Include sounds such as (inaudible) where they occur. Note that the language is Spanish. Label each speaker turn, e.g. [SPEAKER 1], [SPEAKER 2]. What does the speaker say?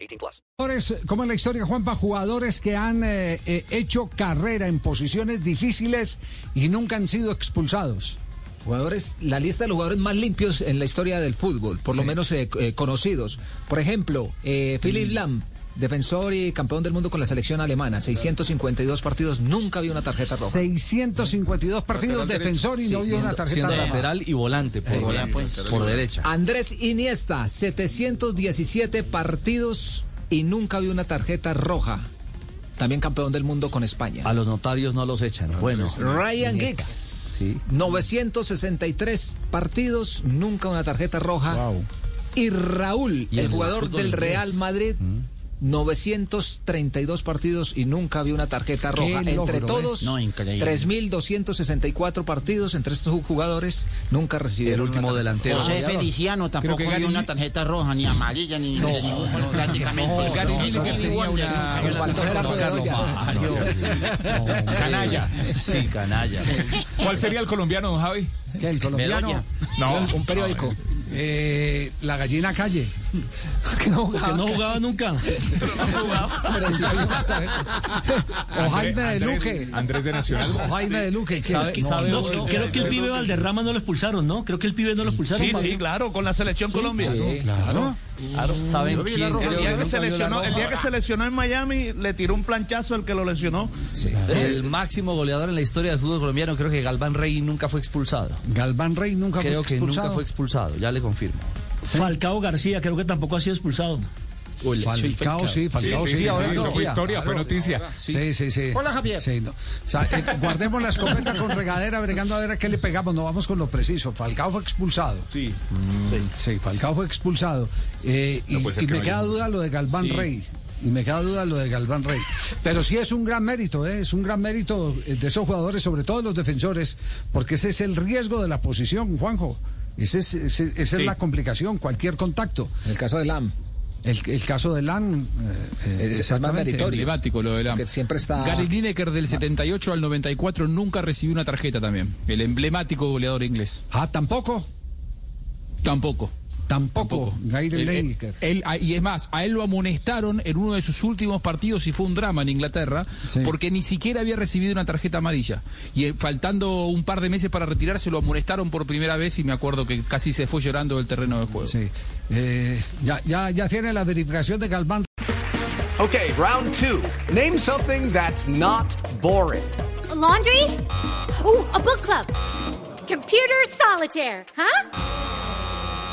[SPEAKER 1] 18 plus.
[SPEAKER 2] Jugadores, como en la historia, Juanpa, jugadores que han eh, eh, hecho carrera en posiciones difíciles y nunca han sido expulsados.
[SPEAKER 3] Jugadores, la lista de los jugadores más limpios en la historia del fútbol, por lo menos eh, eh, conocidos. Por ejemplo, eh,
[SPEAKER 2] Mm.
[SPEAKER 3] Philip Lahm, defensor y campeón del mundo con la selección alemana, 652 partidos, nunca vio una tarjeta roja.
[SPEAKER 2] 652 partidos defensor y no vio una tarjeta
[SPEAKER 4] siendo
[SPEAKER 2] roja.
[SPEAKER 4] lateral y volante por, por derecha.
[SPEAKER 3] Andrés Iniesta, 717 partidos y nunca vio una tarjeta roja. También campeón del mundo con España.
[SPEAKER 4] A los notarios no los echan. Bueno,
[SPEAKER 3] Ryan Giggs, 963 partidos, nunca una tarjeta roja. Y Raúl, el
[SPEAKER 4] el
[SPEAKER 3] jugador
[SPEAKER 4] fútbol
[SPEAKER 3] del
[SPEAKER 4] inglés.
[SPEAKER 3] Real Madrid, 932 partidos y nunca vio una tarjeta roja.
[SPEAKER 2] Qué
[SPEAKER 3] Entre
[SPEAKER 2] logro,
[SPEAKER 3] todos,
[SPEAKER 2] ¿eh?
[SPEAKER 3] 3.264 partidos entre estos jugadores nunca
[SPEAKER 4] el
[SPEAKER 3] recibieron
[SPEAKER 4] último
[SPEAKER 3] una tarjeta.
[SPEAKER 4] delantero.
[SPEAKER 5] José Feliciano tampoco vio una tarjeta roja, ni amarilla, ni de ningún color prácticamente. No,
[SPEAKER 2] Garinini que tenía una-
[SPEAKER 3] Nos faltó Gerardo
[SPEAKER 4] Ah,
[SPEAKER 3] Bedoya.
[SPEAKER 4] (laughs)
[SPEAKER 6] Canalla.
[SPEAKER 4] Sí, canalla.
[SPEAKER 6] ¿Cuál sería el colombiano, don Javi?
[SPEAKER 2] ¿Qué, el colombiano?
[SPEAKER 5] Bedoya.
[SPEAKER 6] No.
[SPEAKER 2] Un periódico. Eh, la gallina calle. (laughs) que no jugaba, (laughs)
[SPEAKER 4] nunca.
[SPEAKER 2] casi, pero sí había una tarjeta. O Jaime de
[SPEAKER 6] Andrés-
[SPEAKER 2] Luque.
[SPEAKER 6] Andrés de
[SPEAKER 2] O
[SPEAKER 6] Nacional.
[SPEAKER 2] Jaime de Luque. que-
[SPEAKER 4] ¿Sabe- sabe-
[SPEAKER 7] No, creo que el pibe Valderrama no lo expulsaron, ¿no? Creo que el pibe no lo expulsaron.
[SPEAKER 8] Sí, sí, claro, con la selección Colombia.
[SPEAKER 2] Sí, claro.
[SPEAKER 4] ¿Saben quién?
[SPEAKER 8] El
[SPEAKER 4] creo
[SPEAKER 8] día,
[SPEAKER 4] que
[SPEAKER 8] que se
[SPEAKER 4] nunca vio la
[SPEAKER 8] lesionó, el día que
[SPEAKER 4] roja?
[SPEAKER 8] se lesionó en Miami, le tiró un planchazo al que lo lesionó.
[SPEAKER 4] El máximo goleador en la historia del fútbol colombiano, creo que Galván Rey nunca fue expulsado.
[SPEAKER 2] Galván Rey nunca
[SPEAKER 4] Creo
[SPEAKER 2] fue
[SPEAKER 4] que nunca
[SPEAKER 2] expulsado.
[SPEAKER 4] fue expulsado, ya le confirmo.
[SPEAKER 7] Falcao García, creo que tampoco ha sido expulsado.
[SPEAKER 2] Falcao, sí,
[SPEAKER 6] Sí,
[SPEAKER 2] Falcao,
[SPEAKER 6] sí,
[SPEAKER 2] sí.
[SPEAKER 6] sí,
[SPEAKER 2] ahora
[SPEAKER 6] sí,
[SPEAKER 2] no.
[SPEAKER 6] eso fue historia, fue noticia.
[SPEAKER 2] Sí, sí, sí.
[SPEAKER 5] Hola, Javier.
[SPEAKER 2] Sí, no. O sea, eh, guardemos la (laughs) escopeta con regadera, bregando a ver a qué le pegamos. No vamos con lo preciso. Falcao fue expulsado.
[SPEAKER 8] Sí.
[SPEAKER 2] Sí, Falcao fue expulsado. Eh, y
[SPEAKER 6] No puede ser
[SPEAKER 2] y
[SPEAKER 6] que
[SPEAKER 2] me
[SPEAKER 6] no
[SPEAKER 2] queda
[SPEAKER 6] haya-
[SPEAKER 2] duda lo de Galván Rey. Y me queda duda lo de Galván Rey. Pero sí es un gran mérito, ¿eh? es un gran mérito eh, de esos jugadores, sobre todo de los defensores, porque ese es el riesgo de la posición, Juanjo. Ese es, ese- esa es la complicación, cualquier contacto.
[SPEAKER 3] El caso de Lam.
[SPEAKER 2] El, el caso de Lan. eh, eh,
[SPEAKER 3] Es- es más
[SPEAKER 2] exactamente.
[SPEAKER 3] meritorio.
[SPEAKER 9] Emblemático lo de la.
[SPEAKER 3] Que siempre está-
[SPEAKER 9] Gary Lineker del 78 al 94 nunca recibió una tarjeta también. El emblemático goleador inglés.
[SPEAKER 2] Ah, tampoco.
[SPEAKER 9] Tampoco.
[SPEAKER 2] Tampoco. Gary
[SPEAKER 6] Eh,
[SPEAKER 9] Él- él-
[SPEAKER 2] Lineker.
[SPEAKER 9] él- a- ah, y es más, a él lo amonestaron en uno de sus últimos partidos y fue un drama en Inglaterra
[SPEAKER 2] Sí.
[SPEAKER 9] porque ni siquiera había recibido una tarjeta amarilla. Y eh, faltando un par de meses para retirarse, lo amonestaron por primera vez y me acuerdo que casi se fue llorando del terreno de juego.
[SPEAKER 2] Sí. Eh, ya, ya, ya tiene la verificación de Galván
[SPEAKER 10] Okay, round two. Name something that's not boring.
[SPEAKER 11] laundry? Ooh, a book club. Computer solitaire, huh?